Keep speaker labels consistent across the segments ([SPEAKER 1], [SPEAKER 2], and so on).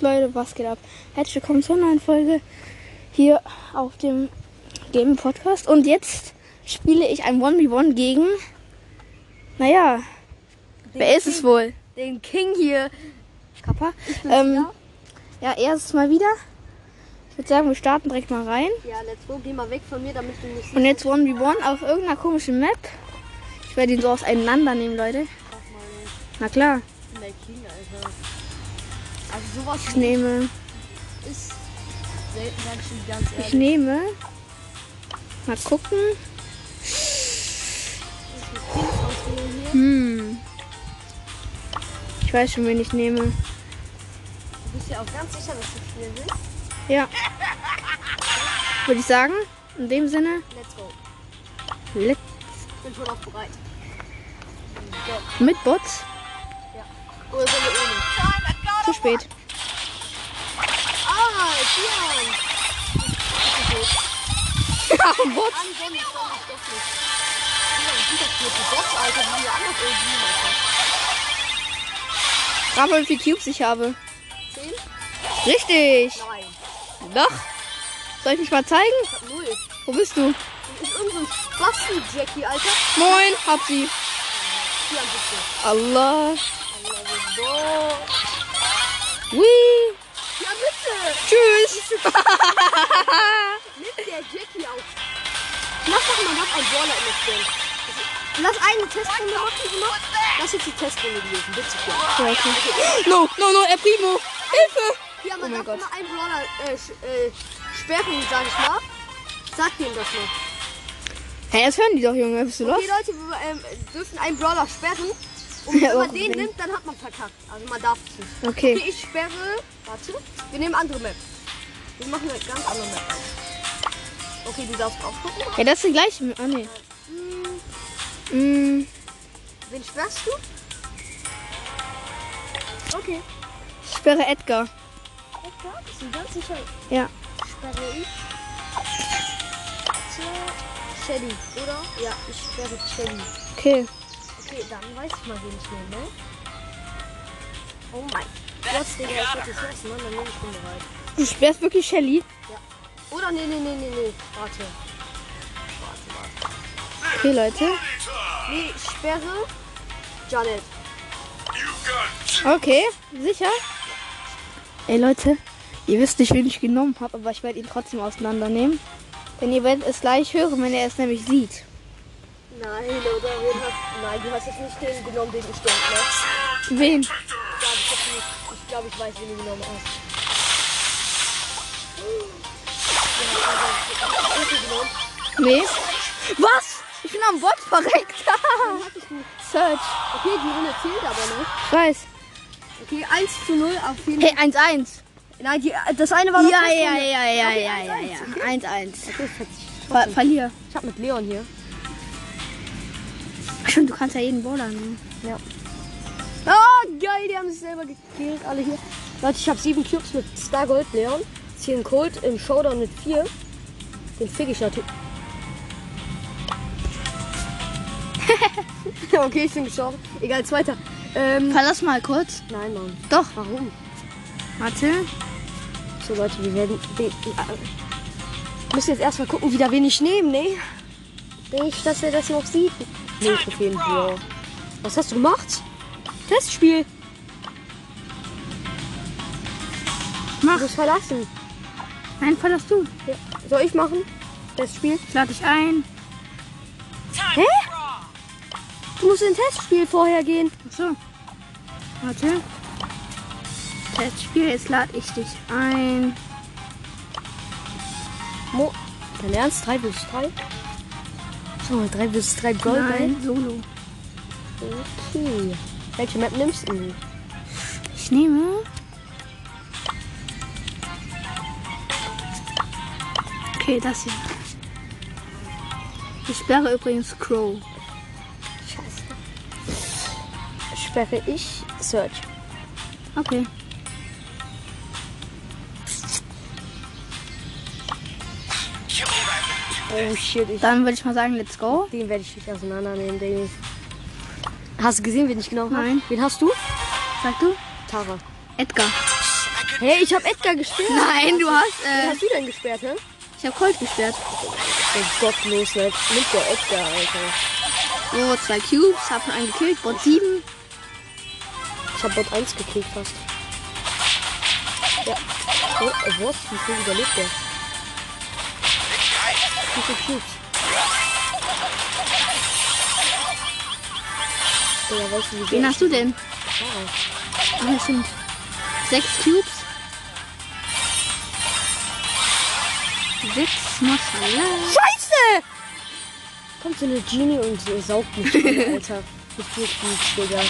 [SPEAKER 1] Leute, was geht ab? Herzlich willkommen zur neuen Folge hier auf dem Game Podcast. Und jetzt spiele ich ein 1v1 gegen. Naja, wer ist es wohl?
[SPEAKER 2] Den King hier.
[SPEAKER 1] Kappa. Ähm, ja, erstes Mal wieder. Ich würde sagen, wir starten direkt mal rein.
[SPEAKER 2] Ja, let's go. Geh mal weg von mir, damit du nicht siehst.
[SPEAKER 1] Und jetzt 1v1 auf irgendeiner komischen Map. Ich werde ihn so auseinandernehmen, Leute.
[SPEAKER 2] Mach mal nicht.
[SPEAKER 1] Na klar,
[SPEAKER 2] Der King, Alter. Also sowas
[SPEAKER 1] ich nehme.
[SPEAKER 2] ist selten, sag ich dir ganz
[SPEAKER 1] Ich
[SPEAKER 2] ehrlich.
[SPEAKER 1] nehme. Mal gucken.
[SPEAKER 2] Ich will Kings auswählen hier.
[SPEAKER 1] Hm. Ich weiß schon, wen ich nehme.
[SPEAKER 2] Du bist ja auch ganz sicher, dass du spielen willst.
[SPEAKER 1] Ja. Würde ich sagen. In dem Sinne.
[SPEAKER 2] Let's go.
[SPEAKER 1] Let
[SPEAKER 2] Ich bin schon auch bereit. So.
[SPEAKER 1] mit Bots.
[SPEAKER 2] Ja. Oder sollen wir ohne?
[SPEAKER 1] Zu spät.
[SPEAKER 2] Ah, Dion! Das ist okay.
[SPEAKER 1] Bots.
[SPEAKER 2] An Sonne ist doch nicht doch nicht. Ja, das sind doch hier die Bots, Alter, die hier anders irgendwie machen.
[SPEAKER 1] Frag mal, wie viele Cubes ich habe.
[SPEAKER 2] Zehn?
[SPEAKER 1] Richtig.
[SPEAKER 2] Nein.
[SPEAKER 1] Doch. Soll ich mich mal zeigen?
[SPEAKER 2] Ich hab null.
[SPEAKER 1] Wo bist du?
[SPEAKER 2] Das ist irgendein Spasten-Jackie, Alter.
[SPEAKER 1] Moin, hab sie.
[SPEAKER 2] Hier ein bisschen.
[SPEAKER 1] Allah.
[SPEAKER 2] So. Ja,
[SPEAKER 1] Wee.
[SPEAKER 2] bitte.
[SPEAKER 1] Tschüss.
[SPEAKER 2] Nimm der Jackie auf. Mach doch mal was an Warlight mit dem. Also, Lass eine Testrunde machen, immer. Lass jetzt die Testrunde lösen, bitte. Ja,
[SPEAKER 1] No, no, no, er primo. Hilfe.
[SPEAKER 2] ja man
[SPEAKER 1] Oh mein
[SPEAKER 2] darf
[SPEAKER 1] Gott.
[SPEAKER 2] immer einen Brawler äh, sch- äh, sperren, sag ich mal. Sag dem das mal.
[SPEAKER 1] Hey, das hören die doch, Junge. Bist du los?
[SPEAKER 2] Okay, Leute, wir ähm, dürfen einen Brawler sperren. Und
[SPEAKER 1] Ja,
[SPEAKER 2] wenn man
[SPEAKER 1] auch
[SPEAKER 2] den
[SPEAKER 1] wenn-
[SPEAKER 2] nimmt, dann hat man verkackt. Also man darf es nicht.
[SPEAKER 1] Okay.
[SPEAKER 2] Okay, ich sperre. Warte. Wir nehmen andere Map. Wir machen eine ganz andere Map. Okay, du darfst auch gucken.
[SPEAKER 1] Ja, das sind gleich. Ah, nee.
[SPEAKER 2] Hm,
[SPEAKER 1] Mm.
[SPEAKER 2] wen sperrst du? Okay.
[SPEAKER 1] Ich sperre Edgar.
[SPEAKER 2] Edgar, bist du ganz sicher?
[SPEAKER 1] Ja.
[SPEAKER 2] Sperre ich. Warte. Shelly, oder? Ja, ich sperre Shelly.
[SPEAKER 1] Okay.
[SPEAKER 2] Okay, dann weiß ich mal, wen ich nehme. ne? Oh mein Gott, Digga, ich hätte es lassen, ne? dann nehme ich den bereit.
[SPEAKER 1] Du sperrst wirklich Shelly?
[SPEAKER 2] Ja. Oder nee, nee, nee, nee, nee. Warte. Warte, warte.
[SPEAKER 1] Okay, Leute.
[SPEAKER 2] Nee, ich sperre Janet.
[SPEAKER 1] Okay, sicher. Ey, Leute. Ihr wisst nicht, wen ich genommen habe, aber ich werde ihn trotzdem auseinandernehmen. Denn ihr werdet es gleich hören, wenn er es nämlich sieht.
[SPEAKER 2] Nein, oder wen hast Nein, du hast jetzt nicht den genommen, den ich denke. Ne?
[SPEAKER 1] Wen?
[SPEAKER 2] Ich glaube, ich, hab nicht- ich, glaub, ich weiß, wen du genommen hast. Ja, also, ich hab den genommen.
[SPEAKER 1] Nee. Was? Ich bin am Bot verreckt.
[SPEAKER 2] Den hatte ich nicht.
[SPEAKER 1] Search.
[SPEAKER 2] Okay, die Runde zählt aber noch.
[SPEAKER 1] Ich weiß.
[SPEAKER 2] Okay, 1 zu 0 auf jeden
[SPEAKER 1] Hey, 1-1.
[SPEAKER 2] Nein, die, äh, das eine war noch
[SPEAKER 1] Ja,
[SPEAKER 2] Testrunde.
[SPEAKER 1] ja, ja, ja, ja, ja, ja. 1-1. Ver
[SPEAKER 2] Warte,
[SPEAKER 1] Verlier.
[SPEAKER 2] Ich hab mit Leon hier.
[SPEAKER 1] Stimmt, du kannst ja jeden Bowler nehmen.
[SPEAKER 2] Ah, geil, die haben sich selber gekillt, alle hier. Leute, ich hab sieben Cubes mit Stargold, Leon. Jetzt hier ein Colt im Showdown mit vier. Den fick ich natürlich. okay, ich bin gestorben. Egal, zweiter. Ähm,
[SPEAKER 1] Verlass mal kurz.
[SPEAKER 2] nein, Mann.
[SPEAKER 1] Doch.
[SPEAKER 2] Warum?
[SPEAKER 1] Warte.
[SPEAKER 2] So, Leute, wir werden. Den, äh, müssen jetzt erstmal gucken, wieder wen ich nehme, ne? Nicht, dass er das noch sieht. Nee, ich auf jeden Fall. Was hast du gemacht? Testspiel.
[SPEAKER 1] Mach.
[SPEAKER 2] Du musst verlassen.
[SPEAKER 1] Nein, verlass du.
[SPEAKER 2] Ja. Soll ich machen? Testspiel?
[SPEAKER 1] Ich lade dich ein.
[SPEAKER 2] Hä? Du musst in Testspiel vorher gehen.
[SPEAKER 1] Achso. Warte. Testspiel, jetzt lade ich dich ein.
[SPEAKER 2] Mo Dein Ernst? 3 vs 3? So, 3 vs 3 Brawl Ball.
[SPEAKER 1] Nein, Solo.
[SPEAKER 2] Okay. Welche Map nimmst du?
[SPEAKER 1] Ich nehme. Okay, das hier. Ich sperre übrigens Crow.
[SPEAKER 2] Scheiße. Sperre ich Search.
[SPEAKER 1] Okay.
[SPEAKER 2] Oh shit, ich.
[SPEAKER 1] Dann würde ich mal sagen, let's go.
[SPEAKER 2] Den werde ich nicht auseinandernehmen, Ding. Hast du gesehen, wen ich genommen habe?
[SPEAKER 1] Nein.
[SPEAKER 2] Wen hast du?
[SPEAKER 1] Sag du?
[SPEAKER 2] Tara.
[SPEAKER 1] Edgar.
[SPEAKER 2] Hey, ich hab Edgar gesperrt.
[SPEAKER 1] Nein, du hast.
[SPEAKER 2] Wen
[SPEAKER 1] Äh,
[SPEAKER 2] hast du denn gesperrt, ne?
[SPEAKER 1] ich hab Colt gesperrt.
[SPEAKER 2] Oh Gott, los, ne? Nimmt der Edgar, Alter.
[SPEAKER 1] So, Oh, zwei Cubes, hab schon einen gekillt. Bot 7.
[SPEAKER 2] Ich hab Bot 1 gekillt fast. Ja. Oh, äh, was? Wie viel überlebt der? Wie viel Cubes? Digga, weißt du, wie
[SPEAKER 1] Wen
[SPEAKER 2] der
[SPEAKER 1] hast du denn?
[SPEAKER 2] Fahrer?
[SPEAKER 1] Ah, das sind sechs Cubes. Sechs Maschinen.
[SPEAKER 2] Scheiße! Kommt so eine Genie und äh, saugt mich an, Alter. Ich bin gut, Digga.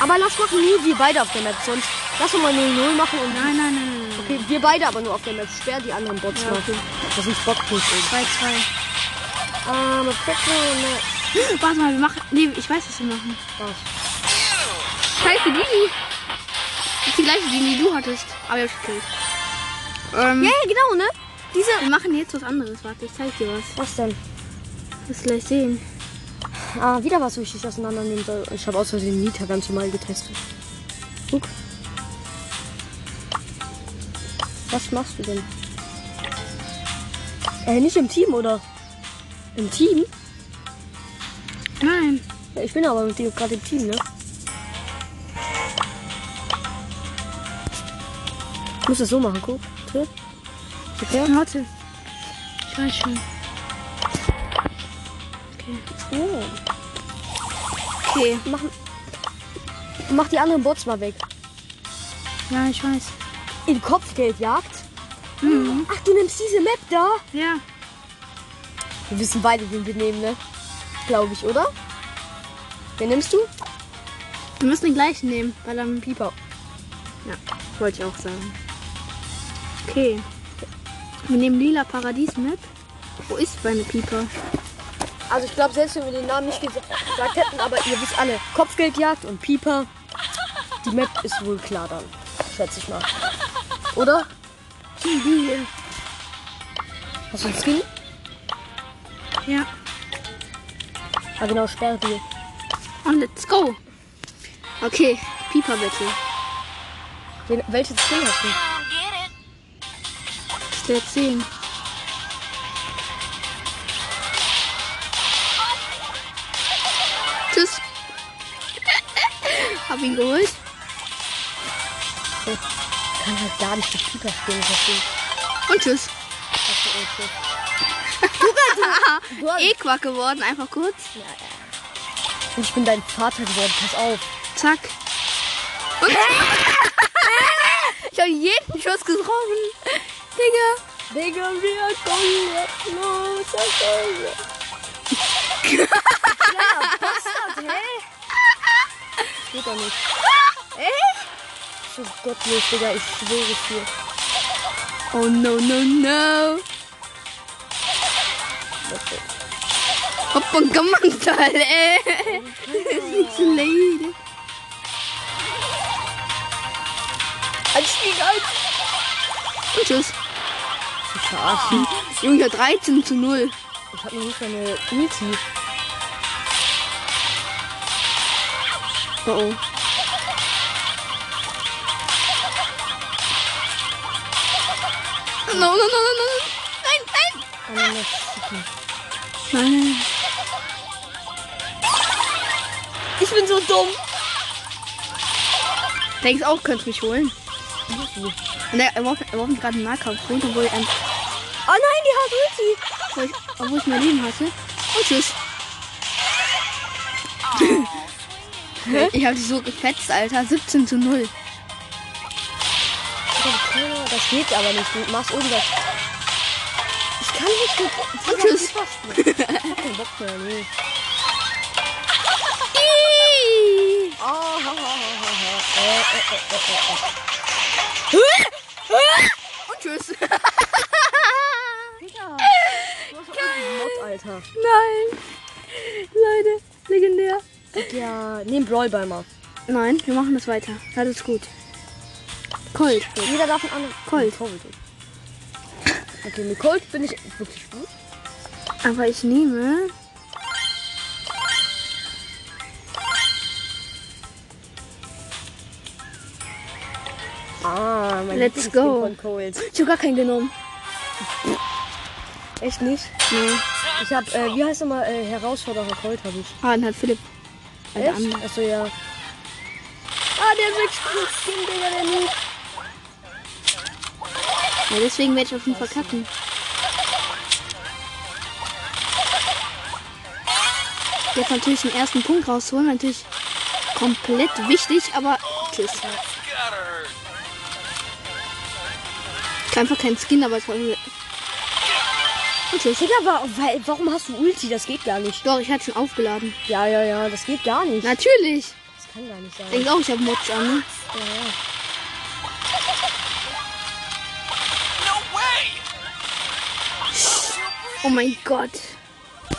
[SPEAKER 2] Aber lass machen nur wir beide auf der Map, sonst lass doch mal 0-0 machen und
[SPEAKER 1] Nein, nein, nein, nein, nein.
[SPEAKER 2] Okay, wir beide aber nur auf der Map. Sperr die anderen Bots
[SPEAKER 1] Ja,
[SPEAKER 2] mal.
[SPEAKER 1] okay.
[SPEAKER 2] Das ist Bockpunkt.
[SPEAKER 1] Zwei, zwei.
[SPEAKER 2] Ah, mit Bockpunkt.
[SPEAKER 1] Warte mal, wir machen. Nee, ich weiß, was wir machen.
[SPEAKER 2] Was?
[SPEAKER 1] Scheiße, Dini. Das ist die gleiche Dini, die du hattest. Aber ich hab gekillt. Ähm,
[SPEAKER 2] Ja, ja, genau, ne? Diese.
[SPEAKER 1] Wir machen jetzt was anderes. Warte, ich zeig dir was.
[SPEAKER 2] Was denn?
[SPEAKER 1] Wirst du gleich sehen.
[SPEAKER 2] Ah, wieder was, wo ich dich auseinandernehmen soll. Ich habe aus Versehen Nita ganz normal getestet. Guck. Was machst du denn? Äh, nicht im Team, oder? Im Team?
[SPEAKER 1] Nein.
[SPEAKER 2] Ja, ich bin aber mit dir gerade im Team, ne? Ich muss das so machen, guck. Tritt. Okay.
[SPEAKER 1] Warte. Ich weiß schon. Okay.
[SPEAKER 2] Oh.
[SPEAKER 1] Okay.
[SPEAKER 2] Mach, mach die anderen Bots mal weg.
[SPEAKER 1] Ja, ich weiß.
[SPEAKER 2] In Kopfgeldjagd? Ach, du nimmst diese Map da?
[SPEAKER 1] Ja.
[SPEAKER 2] Wir wissen beide, wen wir nehmen, ne? Glaube ich, oder? Wen nimmst du?
[SPEAKER 1] Wir müssen den gleichen nehmen, weil am
[SPEAKER 2] Pieper.
[SPEAKER 1] Ja, wollte ich auch sagen. Okay. Wir nehmen lila Paradies Map. Wo ist meine Pieper?
[SPEAKER 2] Also ich glaube, selbst wenn wir den Namen nicht gesagt hätten, aber ihr wisst alle, Kopfgeldjagd und Pieper. Die Map ist wohl klar dann, schätze ich mal. Oder?
[SPEAKER 1] Die hier.
[SPEAKER 2] Hast du einen Skin?
[SPEAKER 1] Ja.
[SPEAKER 2] Ah genau, sperr die.
[SPEAKER 1] Und let's go. Okay, Pieper Battle.
[SPEAKER 2] Wen, welchen Skin hast du?
[SPEAKER 1] Stell 10. Tschüss. Hab ihn geholt.
[SPEAKER 2] Ich kann halt gar nicht mit Pieper spielen, verstehe ich.
[SPEAKER 1] Und tschüss.
[SPEAKER 2] Das ist okay.
[SPEAKER 1] Equack geworden, einfach kurz.
[SPEAKER 2] Und ich bin dein Vater geworden, pass auf.
[SPEAKER 1] Zack. Und ich habe jeden Schuss getroffen. Digga.
[SPEAKER 2] Digga, wir kommen jetzt los. das wollen wir. Ja, Bastard, hä? Das geht doch nicht. Echt? Oh Gott, nee, Digga, ich schwöre es dir.
[SPEAKER 1] Oh no, no, no. Hopp und Gammantal, ey. Das ist eine Lady.
[SPEAKER 2] Eins gegen eins.
[SPEAKER 1] Und tschüss.
[SPEAKER 2] Ich verarschen.
[SPEAKER 1] Junge, ich hab 13 zu 0.
[SPEAKER 2] Ich hab noch nicht mal eine Ulti.
[SPEAKER 1] Oh oh. No, no, no, no, no. Nein, nein.
[SPEAKER 2] Kann man noch schicken.
[SPEAKER 1] Nein.
[SPEAKER 2] Ich bin so dumm.
[SPEAKER 1] Denkst auch, könntest mich holen. Und er, er, warf, er warf mich gerade einen Nahkampf runter, obwohl, er,
[SPEAKER 2] Oh nein, die hat Ulti.
[SPEAKER 1] obwohl, ich, obwohl ich mein Leben hatte. Und tschüss. ich habe dich so gefetzt, Alter. 17 zu 0.
[SPEAKER 2] Ich hab keine- Das geht aber nicht. Du machst irgendwas. Ich kann nicht mit
[SPEAKER 1] Und
[SPEAKER 2] Digga,
[SPEAKER 1] tschüss.
[SPEAKER 2] Pieper spielen. Ich hab keinen Bock mehr, nee.
[SPEAKER 1] Ihhh.
[SPEAKER 2] Oh, ha, ha, ha, ha, ha. Äh, äh, äh, äh, äh.
[SPEAKER 1] Und tschüss.
[SPEAKER 2] Digga. Du hast doch irgendeinen Mod, Alter.
[SPEAKER 1] Nein. Leute, legendär.
[SPEAKER 2] Ja, nehmen Brawl bei mal.
[SPEAKER 1] Nein, wir machen das weiter. Das ist gut. Cold.
[SPEAKER 2] Jeder darf einen anderen.
[SPEAKER 1] Colt.
[SPEAKER 2] Colt. Okay, mit Colt bin ich wirklich gut.
[SPEAKER 1] Aber ich nehme.
[SPEAKER 2] Ah, mein
[SPEAKER 1] Let's
[SPEAKER 2] Lieblingsskin
[SPEAKER 1] go.
[SPEAKER 2] von Coles.
[SPEAKER 1] Ich hab gar keinen genommen.
[SPEAKER 2] Echt nicht?
[SPEAKER 1] Nee.
[SPEAKER 2] Ich hab, äh, wie heißt nochmal, äh, Herausforderer Colt habe ich.
[SPEAKER 1] Ah, dann hat Philipp. halt Eine
[SPEAKER 2] Echt?
[SPEAKER 1] andere.
[SPEAKER 2] Achso, ja. Ah, der Sechs-Skin, Digga, der Noob.
[SPEAKER 1] Ja, deswegen werde ich auf ihn verkacken. Jetzt natürlich den ersten Punkt rausholen, natürlich komplett wichtig, aber tschüss. Einfach kein Skin, aber es war. Und tschüss.
[SPEAKER 2] Digga, wa wa- warum hast du Ulti? Das geht gar nicht.
[SPEAKER 1] Doch, ich hatte schon aufgeladen.
[SPEAKER 2] Ja, ja, ja, das geht gar nicht.
[SPEAKER 1] Natürlich!
[SPEAKER 2] Das kann gar nicht sein.
[SPEAKER 1] Denkst auch, ich habe Mods an, ne?
[SPEAKER 3] No way!
[SPEAKER 1] Oh mein Gott.
[SPEAKER 3] Time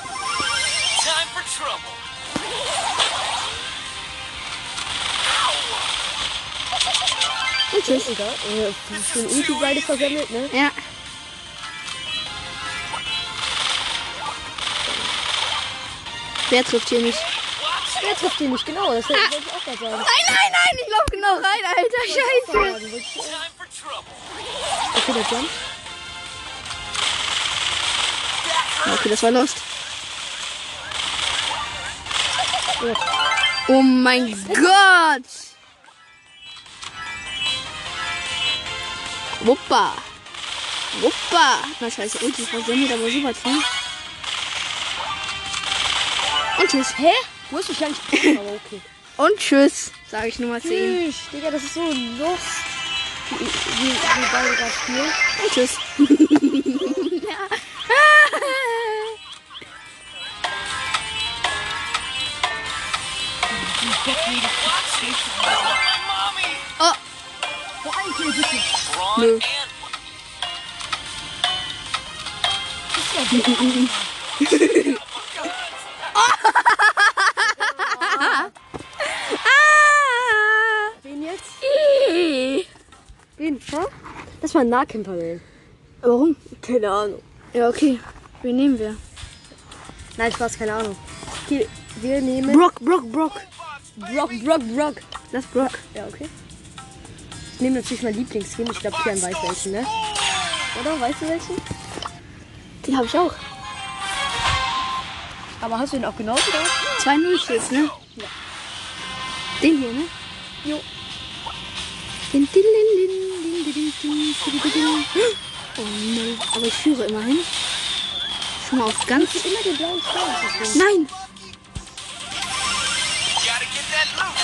[SPEAKER 3] for trouble.
[SPEAKER 1] Und tschüss.
[SPEAKER 2] Digga, äh, schon Ulti beide versammelt, ne?
[SPEAKER 1] Ja. Wer trifft hier mich?
[SPEAKER 2] Der trifft den nicht, genau. Das wollte ich auch gerade sagen.
[SPEAKER 1] Nein, nein, nein, ich lauf genau rein, Alter, scheiße.
[SPEAKER 3] Time for trouble.
[SPEAKER 2] Okay, der Jump.
[SPEAKER 1] Okay, das war lost. Oh mein Gott. Wuppa. Wuppa. Na scheiße, Ulti versendet aber sowas von. Und tschüss.
[SPEAKER 2] Hä? Wo ist mich gar nicht. Aber okay.
[SPEAKER 1] Und tschüss, sage ich Nummer 10.
[SPEAKER 2] Tschüss, Digga, das ist so lost. Wie, wie, wie beide gerade spielen.
[SPEAKER 1] Und tschüss.
[SPEAKER 3] I want my mommy.
[SPEAKER 1] Oh,
[SPEAKER 3] Ron
[SPEAKER 1] Nö.
[SPEAKER 3] and
[SPEAKER 1] ah.
[SPEAKER 2] Wen jetzt?
[SPEAKER 1] Ih.
[SPEAKER 2] Wen? Hä? Das war ein Nahkämper, ey.
[SPEAKER 1] Warum?
[SPEAKER 2] Keine Ahnung.
[SPEAKER 1] Ja, okay. Wen nehmen wir?
[SPEAKER 2] Nein, Spaß, keine Ahnung. Okay, wir nehmen.
[SPEAKER 1] Brock, Brock, Brock.
[SPEAKER 2] Brock, Brock, Brock.
[SPEAKER 1] Lass Brock.
[SPEAKER 2] Ja, okay. Ich nehme natürlich mein Lieblingsskin. Ich glaube, Kian weiß welchen, ne? Oder? Weißt du welchen?
[SPEAKER 1] Die habe ich auch.
[SPEAKER 2] Aber hast du ihn auch genau gedacht?
[SPEAKER 1] 2-0 steht's, ne? Den hier, ne?
[SPEAKER 2] Jo.
[SPEAKER 1] Din, din, din, din, din, din, din, din, din, din. Oh nein, aber ich führe immerhin. Schon mal auf ganz.
[SPEAKER 2] Immer den blauen Stern. deswegen.
[SPEAKER 1] Nein!
[SPEAKER 3] gotta get that loot.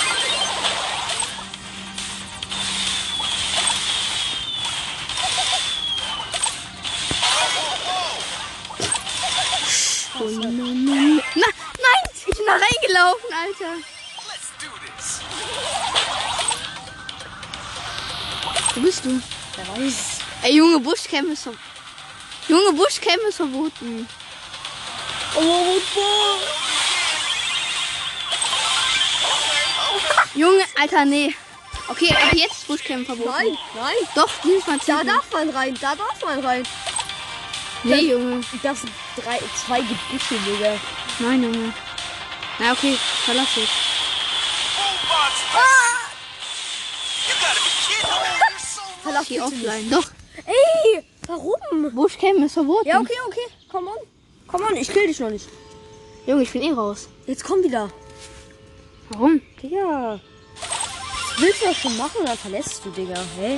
[SPEAKER 1] Oh nein, nein, nein. Na, nein! Ich bin da reingelaufen, Alter.
[SPEAKER 3] Let's do this.
[SPEAKER 1] Wo bist du?
[SPEAKER 2] Wer weiß.
[SPEAKER 1] Ey, Junge, Buschcamp ist verboten. Junge, Buschcamp ist verboten.
[SPEAKER 2] Oh, boah.
[SPEAKER 1] Junge, Alter, nee. Okay, ab jetzt Buschcamp verboten.
[SPEAKER 2] Nein, nein.
[SPEAKER 1] Doch, diesmal
[SPEAKER 2] Da
[SPEAKER 1] Ziegen.
[SPEAKER 2] darf man rein, da darf man rein.
[SPEAKER 1] Nee, Junge.
[SPEAKER 2] Das sind drei, zwei Gebüsche, Digga.
[SPEAKER 1] Nein, Junge. Na, okay, verlass ich.
[SPEAKER 3] Bullbox. You gotta be kidding me. You're so
[SPEAKER 2] Verlass
[SPEAKER 1] Hier
[SPEAKER 2] bitte
[SPEAKER 1] offline. Doch,
[SPEAKER 2] nicht. Ey, warum?
[SPEAKER 1] Buschcamp ist verboten.
[SPEAKER 2] Ja, okay, okay. Komm on. Komm on, ich kill dich noch nicht.
[SPEAKER 1] Junge, ich bin eh raus.
[SPEAKER 2] Jetzt komm wieder.
[SPEAKER 1] Warum?
[SPEAKER 2] Digga. Das Willst du das schon machen, dann verlässt du, Digga. Hä?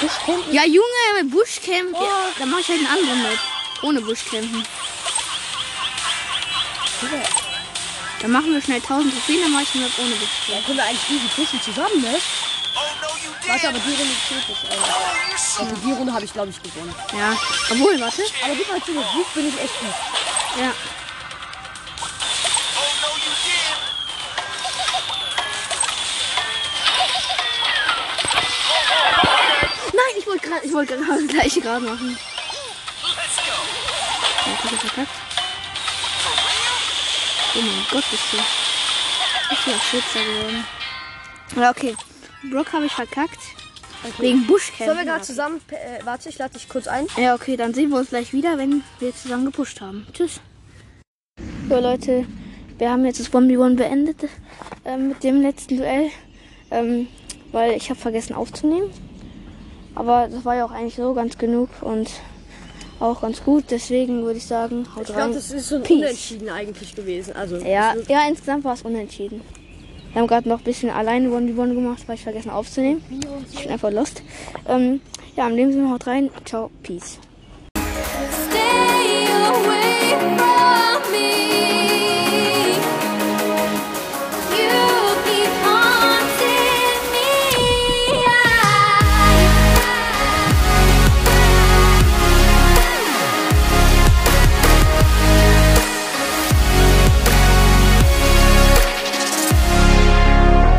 [SPEAKER 2] Busch kennt
[SPEAKER 1] Ja, Junge, mit Buschcamp.
[SPEAKER 2] Oh.
[SPEAKER 1] Ja, dann mach ich halt einen anderen Map. Ohne Buschcampen.
[SPEAKER 2] Digga.
[SPEAKER 1] Dann machen wir schnell 1000 Trophäen, dann mach ich eine Map ohne Buschcamp.
[SPEAKER 2] Dann können wir eigentlich easy pushen zusammen, ne?
[SPEAKER 3] Oh no, you
[SPEAKER 2] Warte, aber
[SPEAKER 3] did.
[SPEAKER 2] die Runde zählt nicht, ey.
[SPEAKER 3] Oh, you're so
[SPEAKER 2] Also die Runde habe ich, glaube ich, gewonnen.
[SPEAKER 1] Ja. Obwohl, warte.
[SPEAKER 2] Aber guck mal zu, mit Buch bin ich echt gut.
[SPEAKER 1] Ja.
[SPEAKER 3] Oh no, you did.
[SPEAKER 1] Nein, ich wollte gerade, ich wollte gerade das gleiche gerade machen.
[SPEAKER 3] Let's go.
[SPEAKER 1] Ja, ich hab verkackt.
[SPEAKER 3] For real?
[SPEAKER 1] Oh mein Gott, bist du. Ich bin auch Schützer geworden. Ja, okay. Brock habe ich verkackt. Wegen Buschcamp.
[SPEAKER 2] Sollen wir gerade zusammen. Äh, warte, ich lade dich kurz ein.
[SPEAKER 1] Ja, okay, dann sehen wir uns gleich wieder, wenn wir zusammen gepusht haben. Tschüss. So, Leute, wir haben jetzt das 1v1 beendet ähm, mit dem letzten Duell, ähm, weil ich habe vergessen aufzunehmen. Aber das war ja auch eigentlich so ganz genug und auch ganz gut. Deswegen würde ich sagen, haut
[SPEAKER 2] Ich
[SPEAKER 1] rein.
[SPEAKER 2] glaube, das ist so ein
[SPEAKER 1] Peace.
[SPEAKER 2] Unentschieden eigentlich gewesen. Also,
[SPEAKER 1] Ja,
[SPEAKER 2] das ist-
[SPEAKER 1] ja, insgesamt war es unentschieden. Wir haben gerade noch ein bisschen alleine One v One gemacht, weil ich vergessen aufzunehmen. Ich bin einfach lost. Ähm, ja, in dem Sinne haut rein. Ciao, peace.